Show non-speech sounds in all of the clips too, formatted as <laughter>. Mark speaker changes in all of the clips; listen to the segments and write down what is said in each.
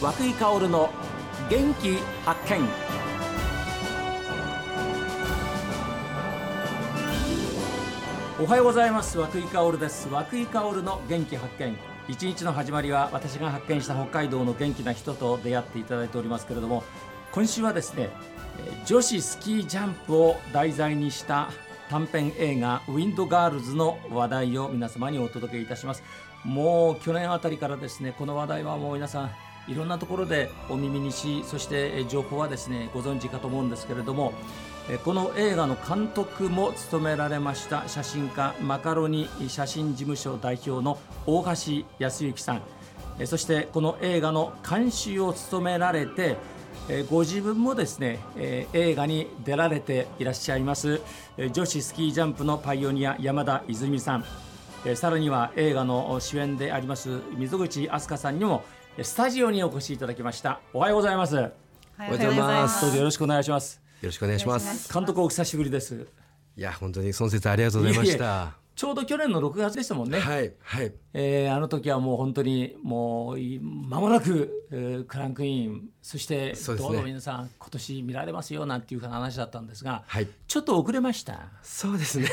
Speaker 1: 和久井薫の元気発見おはようございます和久井薫です和久井薫の元気発見一日の始まりは私が発見した北海道の元気な人と出会っていただいておりますけれども今週はですねえー女子スキージャンプを題材にした短編映画「ウィンドガールズ」の話題を皆様にお届けいたしますもう去年あたりからですねこの話題はもう皆さんいろんなところでお耳にしそしてえー情報はですねご存知かと思うんですけれどもえーこの映画の監督も務められました写真家マカロニ写真事務所代表の大橋康之さんえーそしてこの映画の監修を務められてえーご自分もですね、えー映画に出られていらっしゃいますえー女子スキージャンプのパイオニア山田泉さんえーさらには映画の主演であります溝口飛鳥さんにもえースタジオにお越しいただきましたおはようございます
Speaker 2: おは
Speaker 3: ようございます
Speaker 1: どうぞよろしくお願いします
Speaker 3: よろしくお願いします。い
Speaker 1: 監督お久しぶりです
Speaker 3: や、本当に孫節ありがとうございまし
Speaker 1: いえいえ
Speaker 3: た。
Speaker 1: ちょうど去年の6月でしたもんね、
Speaker 3: はい、はい、
Speaker 1: えーあの時はもう本当にもうい間もなく、えークランクインそして
Speaker 3: そうです
Speaker 1: ど
Speaker 3: ね
Speaker 1: うぞ皆さん今年見られますよなんていう話だったんですが、
Speaker 3: はい。
Speaker 1: ちょっと遅れました
Speaker 3: そうです <laughs> ね。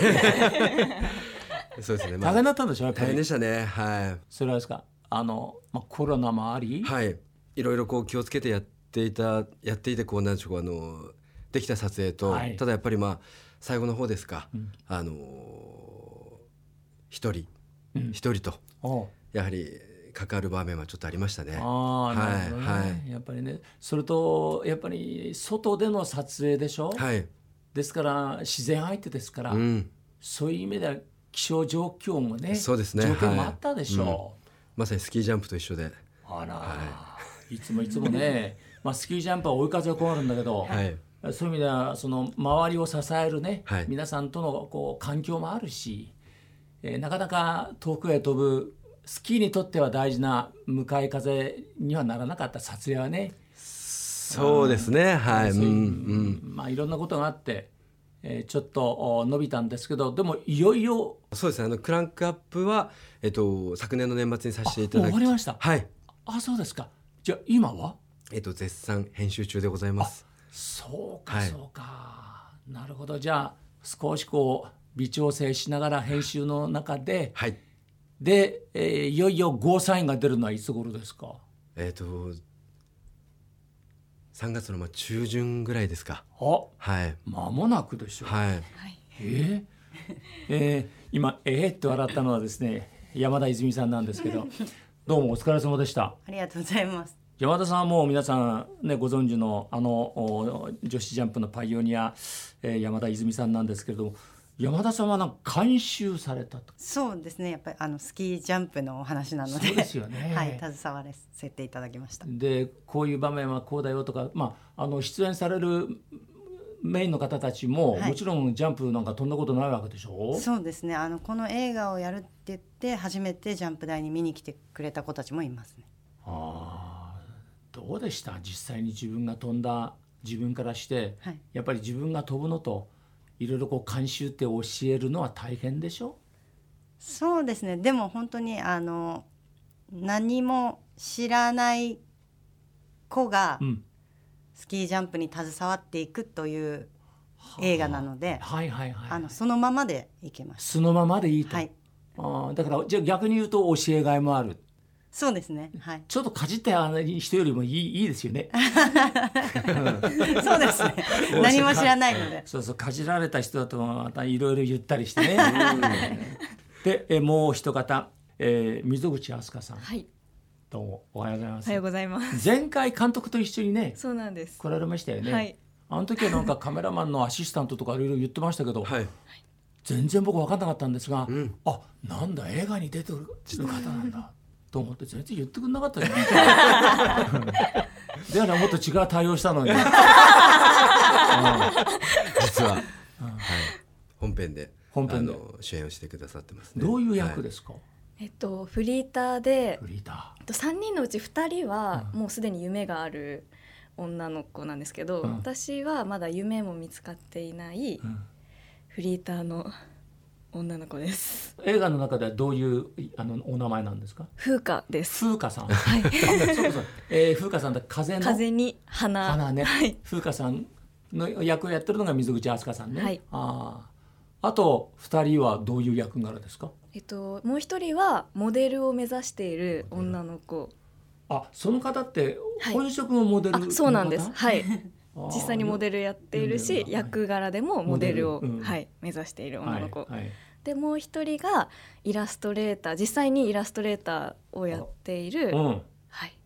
Speaker 3: そうですね。ま
Speaker 1: 大
Speaker 3: あ
Speaker 1: 変だったんでしょやっぱ
Speaker 3: 大変
Speaker 1: り
Speaker 3: でしたね。は
Speaker 1: それはですかあの、まあ、コロナもあり、
Speaker 3: い。はい。いろいろこう気をつけてやっていた、やっていて、こうなんでしょう、あの。できた撮影と、
Speaker 1: はい
Speaker 3: ただやっぱり、まあ、最後の方ですか。
Speaker 1: うん
Speaker 3: あの。一人、
Speaker 1: うん
Speaker 3: 一人と、
Speaker 1: おう
Speaker 3: やはり、関わる場面はちょっとありましたね。
Speaker 1: ああなるほどね、
Speaker 3: はいは
Speaker 1: やっぱりねそれとやっぱり外での撮影でしょ、
Speaker 3: はい。
Speaker 1: ですから自然相手ですから、
Speaker 3: うん。
Speaker 1: そういう意味では気象状況もね
Speaker 3: そうですね
Speaker 1: 状況もあったでしょ
Speaker 3: まさにスキージャンプと一緒で。
Speaker 1: う、あら、い、つもいつも
Speaker 3: <laughs>
Speaker 1: ね、まあ、スキージャンプは追い風は困るんだけど、
Speaker 3: はい。
Speaker 1: そういう意味ではその周りを支えるね、
Speaker 3: はい
Speaker 1: 皆さんとのこう環境もあるし、えーなかなか遠くへ飛ぶスキーにとっては大事な向かい風にはならなかった撮影はね、
Speaker 3: そうですね。はい。うん、
Speaker 1: そういう
Speaker 3: うん。
Speaker 1: まあ、いろんなことがあって、えーちょっとお伸びたんですけどでもいよいよ
Speaker 3: そうですねあのクランクアップは、えっと、昨年の年末にさせていた
Speaker 1: あも
Speaker 3: だ
Speaker 1: う
Speaker 3: き
Speaker 1: 終わりました
Speaker 3: はい、
Speaker 1: あそうですかじゃあ今は
Speaker 3: えっと、絶賛編集中でございます
Speaker 1: そうか
Speaker 3: はい
Speaker 1: そうか、なるほどじゃあ少しこう微調整しながら編集の中で
Speaker 3: はい
Speaker 1: で、えーいよいよゴーサインが出るのはいつ頃ですか
Speaker 3: えっと3月のまあ中旬ぐらいですか
Speaker 1: あ
Speaker 3: はい
Speaker 1: 間もなくでしょう、
Speaker 3: はい
Speaker 1: えーえー今えー、って笑ったのはですね山田泉さんなんですけどどうもお疲れ様でした
Speaker 2: ありがとうございます。
Speaker 1: 山田さんはもう皆さん、ね、ご存知のあのお女子ジャンプのパイオニア、えー山田泉さんなんですけれども山田さんはなんか監修されたと
Speaker 2: そうですね。やっぱりあのスキージャンプのお話なので、
Speaker 1: そうですよね
Speaker 2: <laughs> はい、携わらせていただきました。
Speaker 1: でこういう場面はこうだよとか、まあ、あの出演されるメインの方たちも、
Speaker 2: はい
Speaker 1: もちろんジャンプなんか飛んだことないわけでしょ
Speaker 2: そうですね。あのこの映画をやるって言って初めてジャンプ台に見に来てくれた子たちもいますね。
Speaker 1: あーどうでした実際に自分が飛んだ自分からして、
Speaker 2: はい
Speaker 1: やっぱり自分が飛ぶのといろいろこう監修って教えるのは大変でしょ
Speaker 2: そうですね。でも本当にあの何も知らない子が
Speaker 1: うん
Speaker 2: スキージャンプに携わっていくという映画なので、
Speaker 1: はいはいはい、
Speaker 2: あのそのままでいけます。
Speaker 1: そのままでいいと、
Speaker 2: はい、
Speaker 1: あーだからじゃあ逆に言うと教えがいもある
Speaker 2: そうですね。はい、
Speaker 1: ちょっとかじった人よりもいいいいですよね
Speaker 2: そうですね。何も知らないので。
Speaker 1: そうそうかじられた人だとまたいろいろ言ったりしてねでえもう一方、えー、溝口飛鳥さん
Speaker 4: はい、
Speaker 1: どうもおはようございま
Speaker 4: お
Speaker 1: す
Speaker 4: はようございます。
Speaker 1: 前回監督と一緒にね
Speaker 4: そうなんです。
Speaker 1: 来られましたよね、
Speaker 4: はい、
Speaker 1: あの時はなんかカメラマンのアシスタントとかいろいろ言ってましたけど、
Speaker 3: はい
Speaker 1: 全然僕分かんなかったんですが、
Speaker 3: うん
Speaker 1: あなんだ映画に出てる方なんだと思って全然言ってくれなかったよね。
Speaker 4: <laughs>
Speaker 1: ではねもっと違う対応したのに。<laughs>
Speaker 3: 実は、はい、本編で
Speaker 1: 本編で
Speaker 3: あの主演をしてくださってますね
Speaker 1: どういう役ですすか、
Speaker 4: えっとフリーターで
Speaker 1: フリータ
Speaker 4: えっと三人のうち二人は
Speaker 1: う
Speaker 4: もうすでに夢がある女の子なんですけど、
Speaker 1: うん
Speaker 4: 私はまだ夢も見つかっていない
Speaker 1: ー。うん
Speaker 4: フリーターの女の子です
Speaker 1: 映画の中ではどういういあのお名前なんですか
Speaker 4: 風花です
Speaker 1: 風花さん、
Speaker 4: はい
Speaker 1: あ <laughs> そうそうえー、風花さんだ風の
Speaker 4: 風に花
Speaker 1: 花ね、
Speaker 4: はい
Speaker 1: 風花さんの役をやってるのが水口飛鳥さんね、
Speaker 4: はい
Speaker 1: あーあと二人はどういう役柄ですか
Speaker 4: えっともう一人はモデルを目指している女の子
Speaker 1: あその方って
Speaker 4: はい
Speaker 1: 本職もモデル
Speaker 4: あ
Speaker 1: の方、
Speaker 4: そうなんですはい
Speaker 1: あー
Speaker 4: 実際にモデルやっている
Speaker 1: よ
Speaker 4: し
Speaker 1: はい
Speaker 4: 役柄でもモデルを
Speaker 1: モデルうん
Speaker 4: はい目指している女の子
Speaker 1: はいはい
Speaker 4: でもう一人がイラストレーター実際にイラストレーターをやっている
Speaker 1: うん
Speaker 4: はい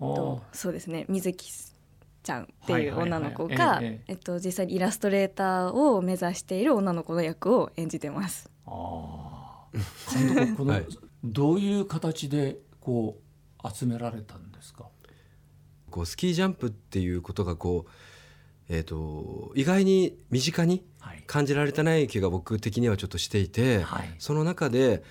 Speaker 1: あ
Speaker 4: と
Speaker 1: ー
Speaker 4: そうですね水木ちゃんっていう
Speaker 1: はいはいはい
Speaker 4: 女の子が
Speaker 1: えええ
Speaker 4: えっと実際にイラストレーターを目指している女の子の役を演じてます。
Speaker 1: あー監 <laughs> 督この、
Speaker 3: はい
Speaker 1: どういう形でこう集められたんですか
Speaker 3: こうスキージャンプっていうことがこう、えー、と意外に身近に
Speaker 1: はい
Speaker 3: 感じられてない気が僕的にはちょっとしていて、
Speaker 1: はい
Speaker 3: その中で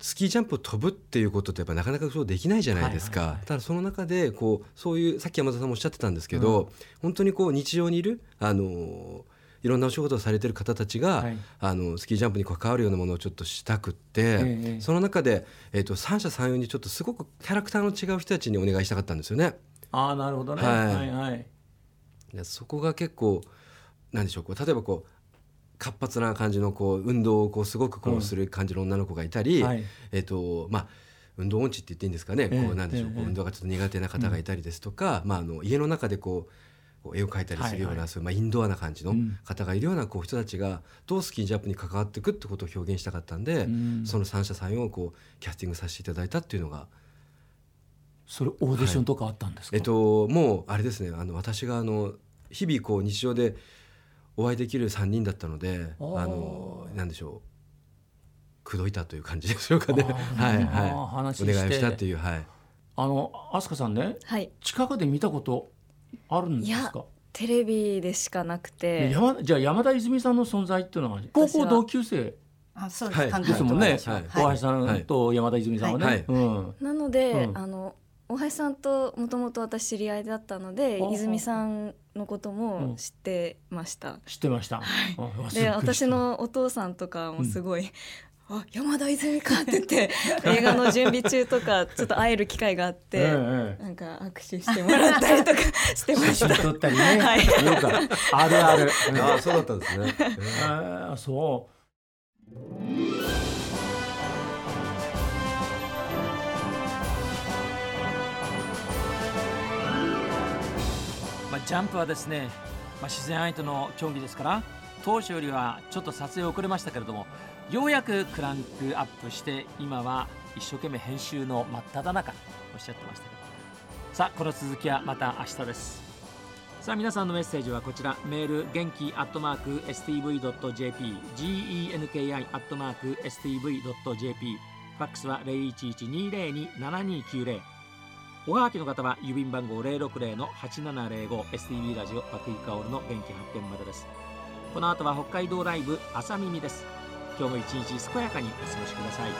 Speaker 3: スキージャンプを飛ぶっていうことってやっぱなかなかそうできないじゃないですか、
Speaker 1: はいはいはい
Speaker 3: ただその中でこうそういうさっき山田さんもおっしゃってたんですけど、本当にこう日常にいるあのーいろんなお仕事をされてる方たちが、
Speaker 1: はい
Speaker 3: あのスキージャンプに関わるようなものをちょっとしたくって、
Speaker 1: ええ
Speaker 3: その中で、えー、と三者三様にちょっとすごくキャラクターの違う人たちにお願いしたかったんですよね。
Speaker 1: ああなるほどね、
Speaker 3: はい
Speaker 1: はいはい
Speaker 3: でそこが結構なんでしょうこう例えばこう活発な感じのこう運動をこうすごくこ
Speaker 1: うん
Speaker 3: うする感じの女の子がいたり、
Speaker 1: はい
Speaker 3: えっとまあ運動音痴って言っていいんですかね、
Speaker 1: ええ
Speaker 3: こうなんでしょう、
Speaker 1: ええ
Speaker 3: こう運動がちょっと苦手な方がいたりですとか、まあ、あの家の中でこうこう絵を描いたりするような、
Speaker 1: はいはい
Speaker 3: そういうまあ、インドアな感じの
Speaker 1: うん
Speaker 3: 方がいるようなこう人たちがどうスキージャンプに関わっていくってことを表現したかったんで、
Speaker 1: うん
Speaker 3: その三者三様をこうキャスティングさせていただいたっていうのが
Speaker 1: それオーディションとかあったんですか、
Speaker 3: えっと、もうあれですねあの私があの日々こう日常でお会いできる3人だったのであ
Speaker 1: おー
Speaker 3: のなんでしょう口説いたという感じでしょうか
Speaker 1: あ
Speaker 3: ね
Speaker 1: ー
Speaker 3: <laughs> はい
Speaker 1: あー
Speaker 3: はい
Speaker 1: 話し
Speaker 3: お
Speaker 1: て
Speaker 3: 願いをしたっていうはい
Speaker 1: あの飛鳥さんね
Speaker 4: はい
Speaker 1: 近くで見たことあるんですか
Speaker 4: テレビでしかなくて
Speaker 1: 山じゃあ山田泉さんの存在っていうのは高校同級生
Speaker 2: あそうです、
Speaker 3: はい
Speaker 2: 監
Speaker 1: で
Speaker 2: 督
Speaker 1: す
Speaker 2: と
Speaker 1: もんね、
Speaker 3: はい
Speaker 1: 大橋さんと山田泉さんはね、
Speaker 3: はい
Speaker 1: うん、
Speaker 4: なので、
Speaker 1: うん
Speaker 4: あの大橋さんともともと私知り合いだったので
Speaker 1: あー
Speaker 4: 泉さんのこと
Speaker 1: うん
Speaker 4: も知ってました。
Speaker 1: 知ってました、あすっごい知って
Speaker 4: で
Speaker 1: た
Speaker 4: 私のお父さんとかもすごい、あ山田泉かって言って
Speaker 1: <laughs>
Speaker 4: 映画の準備中とかちょっと会える機会があっ
Speaker 1: ええ
Speaker 4: て
Speaker 1: ええ
Speaker 4: なんか握手してもらったりとかしてまし
Speaker 1: 写
Speaker 4: た。
Speaker 1: 真撮ったりね、
Speaker 4: はい
Speaker 1: よくあるあるうん
Speaker 3: ああそうだったんですね
Speaker 1: あーそうまあ、ジャンプはですね、まあ、自然相手の競技ですから当初よりはちょっと撮影遅れましたけれどもようやくクランクアップして今は一生懸命編集の真っ只中とおっしゃってましたけどさあこの続きはまた明日ですさあ皆さんのメッセージはこちらメール元気アットマーク STV.jp genki アットマーク STV.jp ファックスは0112027290おはがきの方は郵便番号 060-8705STV ラジオ和久井薫の元気発見までですこの後は北海道ライブ朝耳です今日も一日健やかにお過ごしください